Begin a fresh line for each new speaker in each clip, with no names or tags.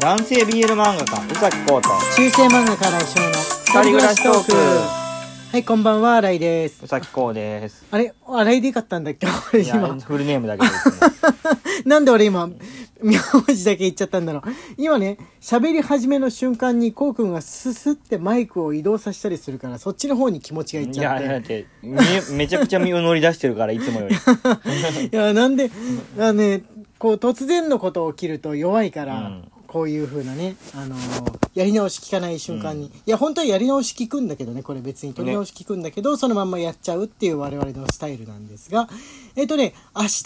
男性 BL 漫画家宇崎浩と
中世漫画家来翔の
二人暮らしトーク
はいこんばんは新井です
宇崎浩です
あれ新井でよかったんだっけ俺
いや
今
フルネームだけです ね
なんで俺今名字だけ言っちゃったんだろう今ね喋り始めの瞬間にこうくんがススってマイクを移動させたりするからそっちの方に気持ちがいっ
い
ちゃ
や
って
だってめ めちゃくちゃ身を乗り出してるからいつもよ り
いやなんであのねこう突然のこと起きると弱いか
う
ら、
ん
こういう風なねあのーやり直し聞かない瞬間に、いや本当はやり直し聞くんだけどねこれ別に取り直し聞くんだけど、そのまんまやっちゃうっていう我々のスタイルなんですがえっ、とね明日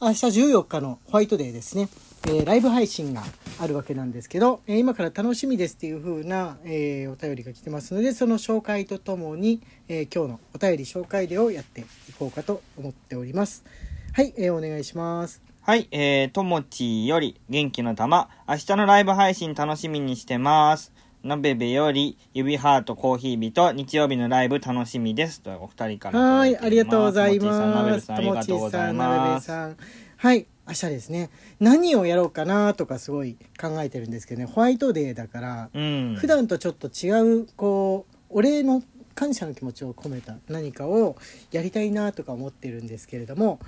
明日14日のホワイトデーですね、えーライブ配信があるわけなんですけど、えー今から楽しみですっていう風な、えーお便りが来てますのでその紹介とともに、えー今日のお便り紹介でをやっていこうかと思っておりますはい、えーお願いします
はい、えー、ともちより元気の玉、明日のライブ配信楽しみにしてます。なべべより指ハートコーヒー日と日曜日のライブ楽しみです。というお二人から
はいい、
ただ
あ
て
り
い
がとうござい
ま
ますす。
ともちさん、なべべさん、ありがとうございま
なべべ
す。
さん。はい、明日ですね。何をやろうかなとかすごい考えてるんですけどね、ホワイトデーだから、
うん。
普段とちょっと違う、こう、お礼の感謝の気持ちを込めた何かをやりたいなとか思ってるんですけれども、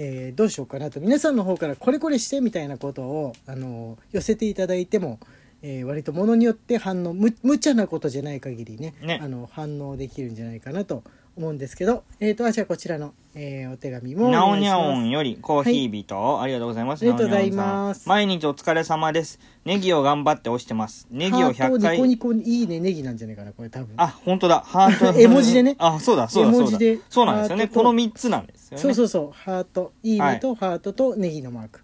えーどうしようかなと、皆さんの方からこれこれしてみたいなことを、あの、寄せていただいても、えー割とものによって反応む無茶なことじゃない限りね
ね
あの反応できるんじゃないかなと思うんですけど、えー、とあじゃあこちらの、えーお手紙もお
なお
願い
に
し
ゃ
ま
おん
す
よりコーヒー人、ありがとうございます。
ありがとうございます
なおにゃおんさん毎日お疲れ様です。ネギを頑張って押してます。ネギを
ハート
100回。
ニコニコいいねネギなんじゃないかなこれ多分
あ、本当だ。ハート。
絵文字でね
あ、そうだ、そうだ、
絵
そ
文
うだ
字で。
そうなんですよね。
ハートと
この3つなんですよね。
そうそうそうハートいいねとハートとネギのマーク、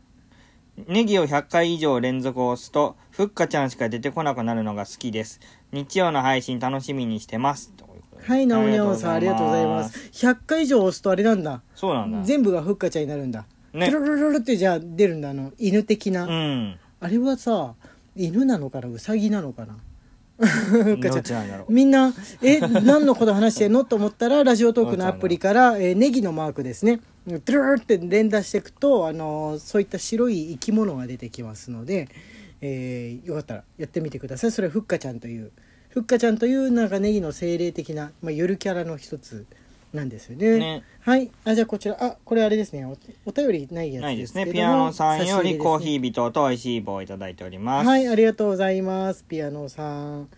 ネギを100回以上連続押すと、ふっかちゃんしか出てこなくなるのが好きです。日曜の配信楽しみにしてます。とうことで
はいなおにゃおんさんありがとうございま。す100回以上押すとあれなんだ
そうなんだ。
全部がふっかちゃんになるんだ
ね
ね、ルルルルってじゃあ出るんだあの犬的な、
うん。
あれはさ犬なのかなウサギなのかなふっかち
ど
ゃ
っ
ん
ちなんだろう。
みんな、え、何のこと話してんのと思ったら、ラジオトークのアプリから、えーネギのマークですね。トゥルルルって連打していくと、あのーそういった白い生き物が出てきますので、えーよかったらやってみてください。それはふっかちゃんという、ふっかちゃんという、なんかネギの精霊的な、まあ、ゆるキャラの一つなんですよね。
ね
はい。あ、じゃあこちら、あ、これあれですね。おお便りないやつ
ないで
ですすけど
ね。
も
ピアノさんよりコー
差し入
ヒ
れですね
ー人と美味しい棒をいただいております。
はい、ありがとうございます。ピアノさん。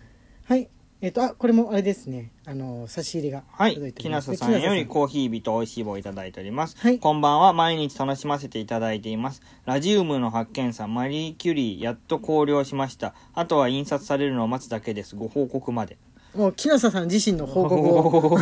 はい。えっ、と、あ、これもあれですね。あの、差し入れが
は
届い
い。
ており
き
ま
な
す、
ささんより
きな
コーヒー日と美味しい棒をいただいております。
はい
こんばんは。毎日楽しませていただいています。ラジウムの発見さん、マリー・キュリー、やっと考慮しました。あとは印刷されるのを待つだけです。ご報告まで。
さんもう、きなささん自身の報告を。
ここ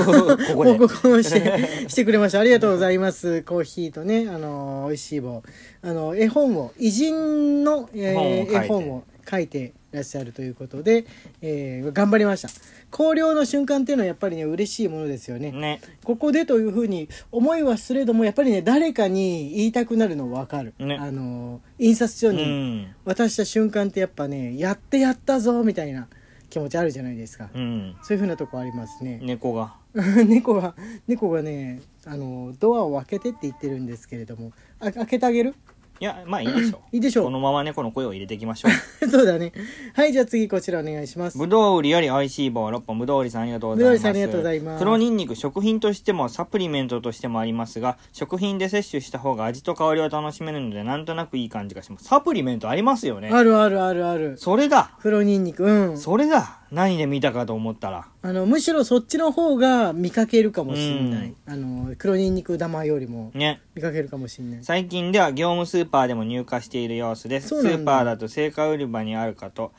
で
報告 をして、してくれました。ありがとうございます。コーヒーとね、あの、美味しい棒。あの、絵本を、偉人の、えー
本を書いて
絵本を書いていらっしゃるということで、えー頑張りました。考慮の瞬間っていうのはやっぱりね、嬉しいものですよね。
ね
ここでというふうに思いはすれどもやっぱりね誰かに言いたくなるの分かる、
ね
あの印刷所
う
に
ん
渡した瞬間ってやっぱねやってやったぞみたいな気持ちあるじゃないですか、
うん
そういうふうなとこありますね、
猫が
猫が猫がねあのドアを開けてって言ってるんですけれどもあ開けてあげる
いやまあいいでしょう
いいでしょう
このまま猫の声を入れていきましょう
そうだねはいじゃあ次こちらお願いします
ぶどう売りより美味しい棒6本ぶどう売りさんありがとうございます
ぶどう売りさんありがとうございます
黒にんにく食品としてもサプリメントとしてもありますが食品で摂取した方が味と香りを楽しめるのでなんとなくいい感じがしますサプリメントありますよね
あるあるあるある
それだ
黒ニンニクうん
それだ何で見たかと思ったら
あのむしろそっちの方が見かけるかもしれな
う
い
ん、
あの黒ニンニク玉よりも
ね
見かけるかもしれない
最近では業務スーパーでも入荷している様子ですス
そうなんだ
ーパーだと青果売り場にあるかと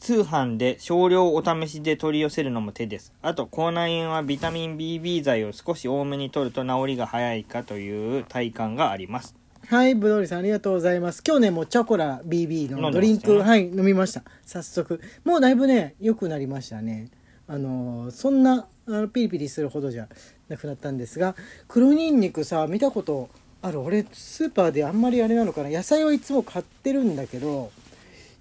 通販で少量お試しで取り寄せるのも手ですあと口内炎はビタミン BB 剤を少し多めに取ると治りが早いかという体感があります
はいぶどうりさんありがとうございます今日ねもうチョコラ BB
飲んでましたね
のドリンク、はい飲みました早速もうだいぶね良くなりましたねあのーそんなあのピリピリするほどじゃなくなったんですが黒ニンニクさ見たことある俺スーパーであんまりあれなのかな野菜をいつも買ってるんだけど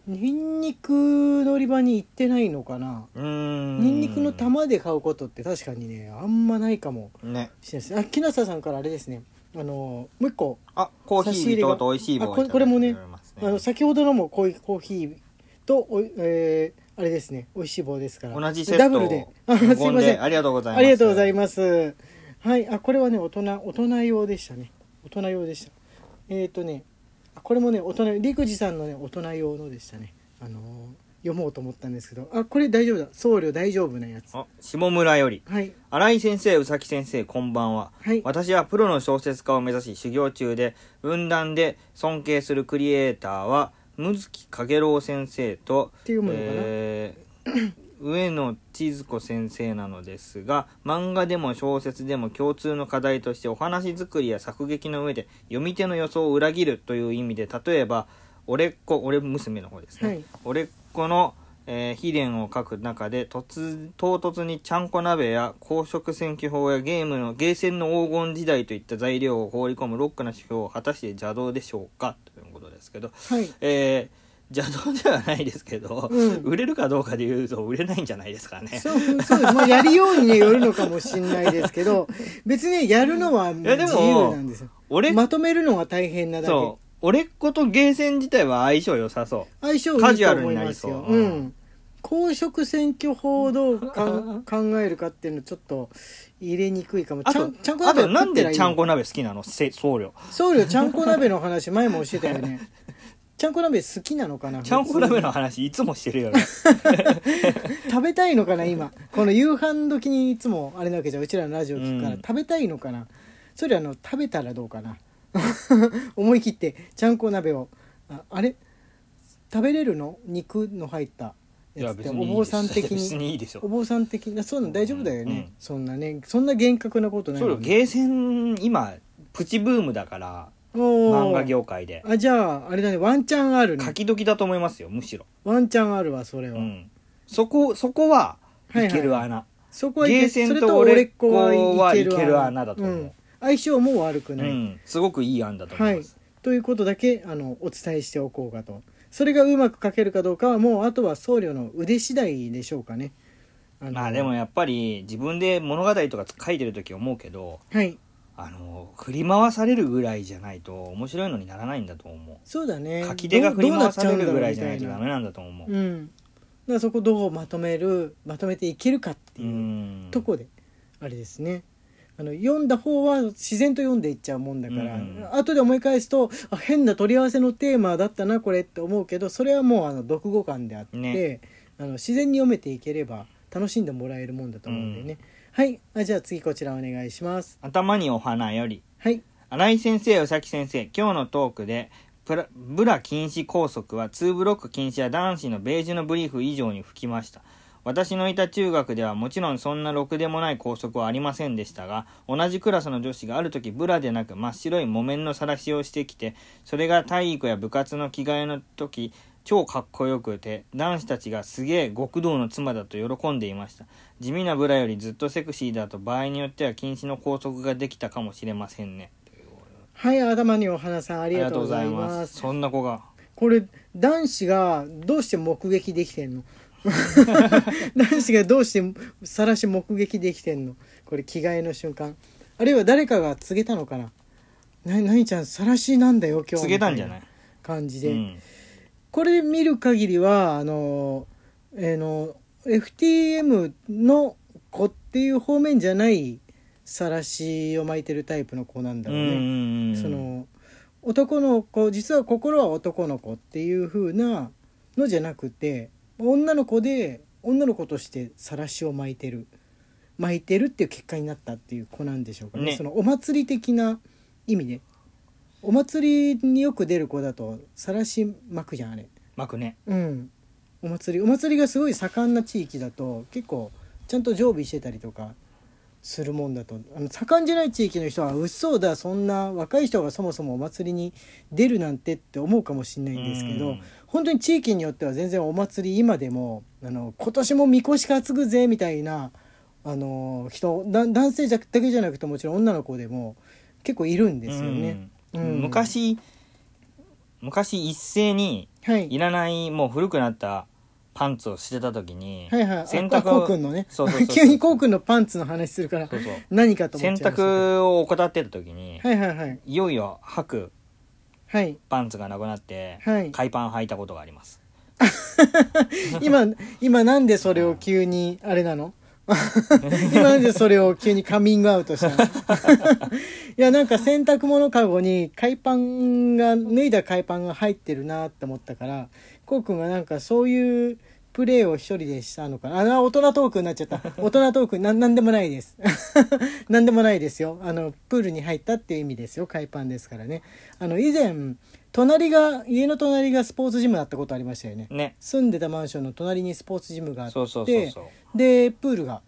ニンニクの売り場に行ってないのかな
うーん
ニンニクの玉で買うことって確かにねあんまないかも
ね
しれないですあ木下さんからあれですねあのもう一個
あコーヒーと美味しい棒
あこれこれもね
いただいております
あの先ほどのもこういうコーヒーとお、えーあれですね美味しい棒ですから
同じセット
ダブルであすい
無言
ません
ありがとうございます
ありがとうござい
ま
ます。はい、あこれはね大人大人用でしたね。大人用でした。えっ、とね、あこれもね大人陸二さんのね大人用のでしたね。あのー読もうと思ったんですけど、あこれ大丈夫だ。僧侶大丈夫なやつ。は
あ下村より
い
新井先生宇崎先生こんばんは
はい。
私はプロの小説家を目指し修行中で文壇で尊敬するクリエイターは水木影郎先生と
て読むのかな
えー 上野千鶴子先生なのですが漫画でも小説でも共通の課題としてお話作りや作劇の上で読み手の予想を裏切るという意味で例えば「俺っ子俺娘」の方ですね、
はい
俺っ子の、えー秘伝を書く中で突唐突にちゃんこ鍋や公職選挙法やゲームのゲーセンの黄金時代といった材料を放り込むロックな手法を果たして邪道でしょうかということですけど、
はい。
えー邪道ではないですけど、
うん
売れるかどうかで言うと売れないんじゃないですかね。
そうそうです。まあやるようにねよるのかもしれないですけ ど、別にやるのは自
やでも
由なんですよ。
俺、
まとめるのは大変なだけ。
そう俺っ子とゲーセン自体は相性良さそう。
相性
カ
いい
ジュ
と
アル
思
に
い
なり
ます
そう
よ。
う
うんん。公職選挙法をどうかん考えるかっていうのちょっと入れにくいかも。
あ
ちゃ
と
んちゃん、こ
あ
鍋
と
は
な
食
ん
ってりゃ
で
いい
ちゃんこ鍋好きなのせ僧侶。
僧侶ちゃんこ鍋の話前も教えたよね。ちゃんこ鍋好きなのかな
ちゃんこ鍋の話いつもしてるよね。
食べたいのかな今この夕飯時にいつもあれなわけじゃんうちらのラジオ聞くから、
うん
食べたいのかなそれあの食べたらどうかな 思い切ってちゃんこ鍋をああれ食べれるの肉の入った
いや
やつっ
別
て
にいいです
お坊さん 的
別
に
にいいでしょ
お坊さん的なそうなの大丈夫だよね、
うん
そんなねそんな厳格なことない
そう
も
よ
んね
ゲーセン今プチブームだから
おー
漫画業界で
あじゃああれだねワンチャンある
書
ね
き時だと思いますよむしろ、
ワンチャンあるわそれ
う
は、
ん、そこそこは
はいはい
いける穴、
そこはいけ
ゲーセンと
それ
俺っ子
俺っ子は
は
い
いける穴だと思うん
相性も悪くない、
うん、すごくいい案だと思います、
ということだけあのお伝えしておこうかとそれがうまく書けるかどうかはもうあとは僧侶の腕次第でしょうかねあの
まあでもやっぱり自分で物語とか書いてる時思うけど
はい
あの振り回されるぐらいじゃないと面白いのにならないんだと思
そうだね
う書き手が振り回されるぐらいじゃないと
どう
ダ
っち
メなんだと思
ゃ
う
うんだろうみたいなうんだからそこどうまとめるまとめていけるかって
う
いう、
ん
とこであれですねあの読んだ方は自然と読んでいっちゃうもんだから、
うん
後で思い返すとあ変な取り合わせのテーマだったなこれって思うけどそれはもうあの読後感であって、
ね
あの自然に読めていければ楽しんでもらえるもんだと思うんでね、はいあじゃあ次こちらお願いします
頭にお花より
はい
新井先生、宇崎先生、今日のトークで、プラブラ禁止校則は2ブロック禁止や男子のベージュのブリーフ以上に吹きました。私のいた中学ではもちろんそんなろくでもない校則はありませんでしたが、同じクラスの女子がある時ブラでなく真っ白い木綿の晒しをしてきて、それが体育や部活の着替えの時、超かっこよくて、男子たちがすげえ極道の妻だと喜んでいました。地味なブラよりずっとセクシーだと場合によっては禁止の校則ができたかもしれませんね。
はい頭にお花さんあ
あ
りがとうございます
そんな子が。
これ男子がどうして目撃できてんの 男子がどうして晒し目撃できてんのこれ着替えの瞬間あるいは誰かが告げたのかな「な何ちゃん晒しなんだよ今日」
告げたんじゃないい、
感じ
う
で、
ん、
これ見る限りはあの,、えーの FTM の子っていう方面じゃない晒しを巻いてるタイプの子なんだ
う
ろ
ん
う
う
ね。
んうん。
その男の子実は心は男の子っていう風なのじゃなくて女の子で女の子として晒しを巻いてる巻いてるっていう結果になったっていう子なんでしょうかね
ね
そのお祭り的な意味でお祭りによく出る子だと晒し巻くじゃんあれ
巻くね。
うんお祭りお祭りがすごい盛んな地域だと結構ちゃんと常備してたりとかするもんだとあの盛んじゃない地域の人はうっそうだそんな若い人がそもそもお祭りに出るなんてって思うかもしれないんですけど、
うん
本当に地域によっては全然お祭り今でもあの今年もみこし担ぐぜみたいなあの人だ男性だけじゃなくてもちろん女の子でも結構いるんですよね。
うん
うん
昔、昔一斉に
はい、
いらない、もう古くなったパンツを捨てた時に、
はいはい。
洗
あ
濯
こう
を、
くんのね。
そうそうそう
急にこうくんのパンツの話するから
そうそう
何かと思
洗
っちゃいましたは
濯を怠ってた時に、
いはいはい
いよいよ履く
はい
パンツがなくなって、
はい
海パン履いたことがあります。
今今なんでそれを急にあれなの 今なんでそれを急にカミングアウトしたの いやなんか洗濯物かごに海パンが脱いだ海パンが入ってるなって思ったからこうくんがなんかそういうプレーを一人でしたのかなあ大人トークになっちゃった大人トークなんなんでもないです なんでもないですよあのプールに入ったっていう意味ですよ海パンですからねあの以前隣が家の隣がスポーツジムだったことありましたよね
ね
住んでたマンションの隣にスポーツジムがあって
そうそうそうそ
でプールが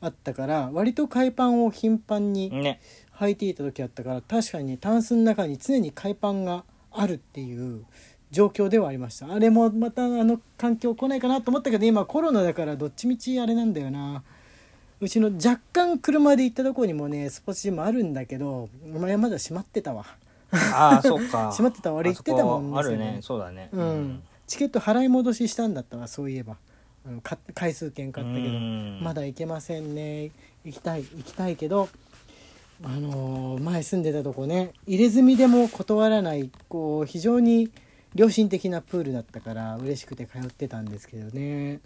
あったから割と海パンを頻繁
う
に
ね
履いていた時あったから確かにねタンスの中に常に海パンがあるっていう状況ではありましたあれもまたあの環境来ないかなと思ったけど今コロナだからどっちみちあれなんだよなうちの若干車で行ったとこにもねスポーツジムあるんだけど前まだ閉まってたわ
ああそっか
閉まってた俺行ってたもん
あそこある
店
ね
ね
そうだね
うん、チケット払い戻ししたんだったわそういえばあのか回数券買ったけど、
うん
まだ行けませんね行きたい行きたいけどあのー前住んでたとこね入れ墨でも断らないこう非常に良心的なプールだったから嬉しくて通ってたんですけどね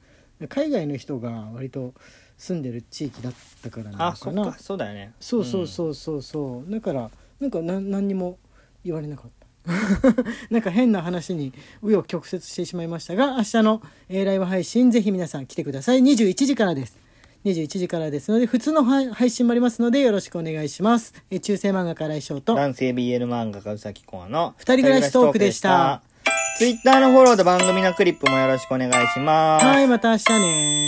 海外の人が割と住んでる地域だったからなの
あそ
か
っ
な
かそうだよね
そうそうそうそうそうだからなんかな何にも言われなかった なんか変な話に紆余曲折してしまいましたが明日のえーライブ配信ぜひ皆さん来てください21時からです21時からですので普通の配配信もありますのでよろしくお願いします、えー中世漫画家来翔と
男性 BL 漫画家うさきこうの
二人暮らしトークでした
ツイッターのフォローと番組のクリップもよろしくお願いします
はいまた明日ね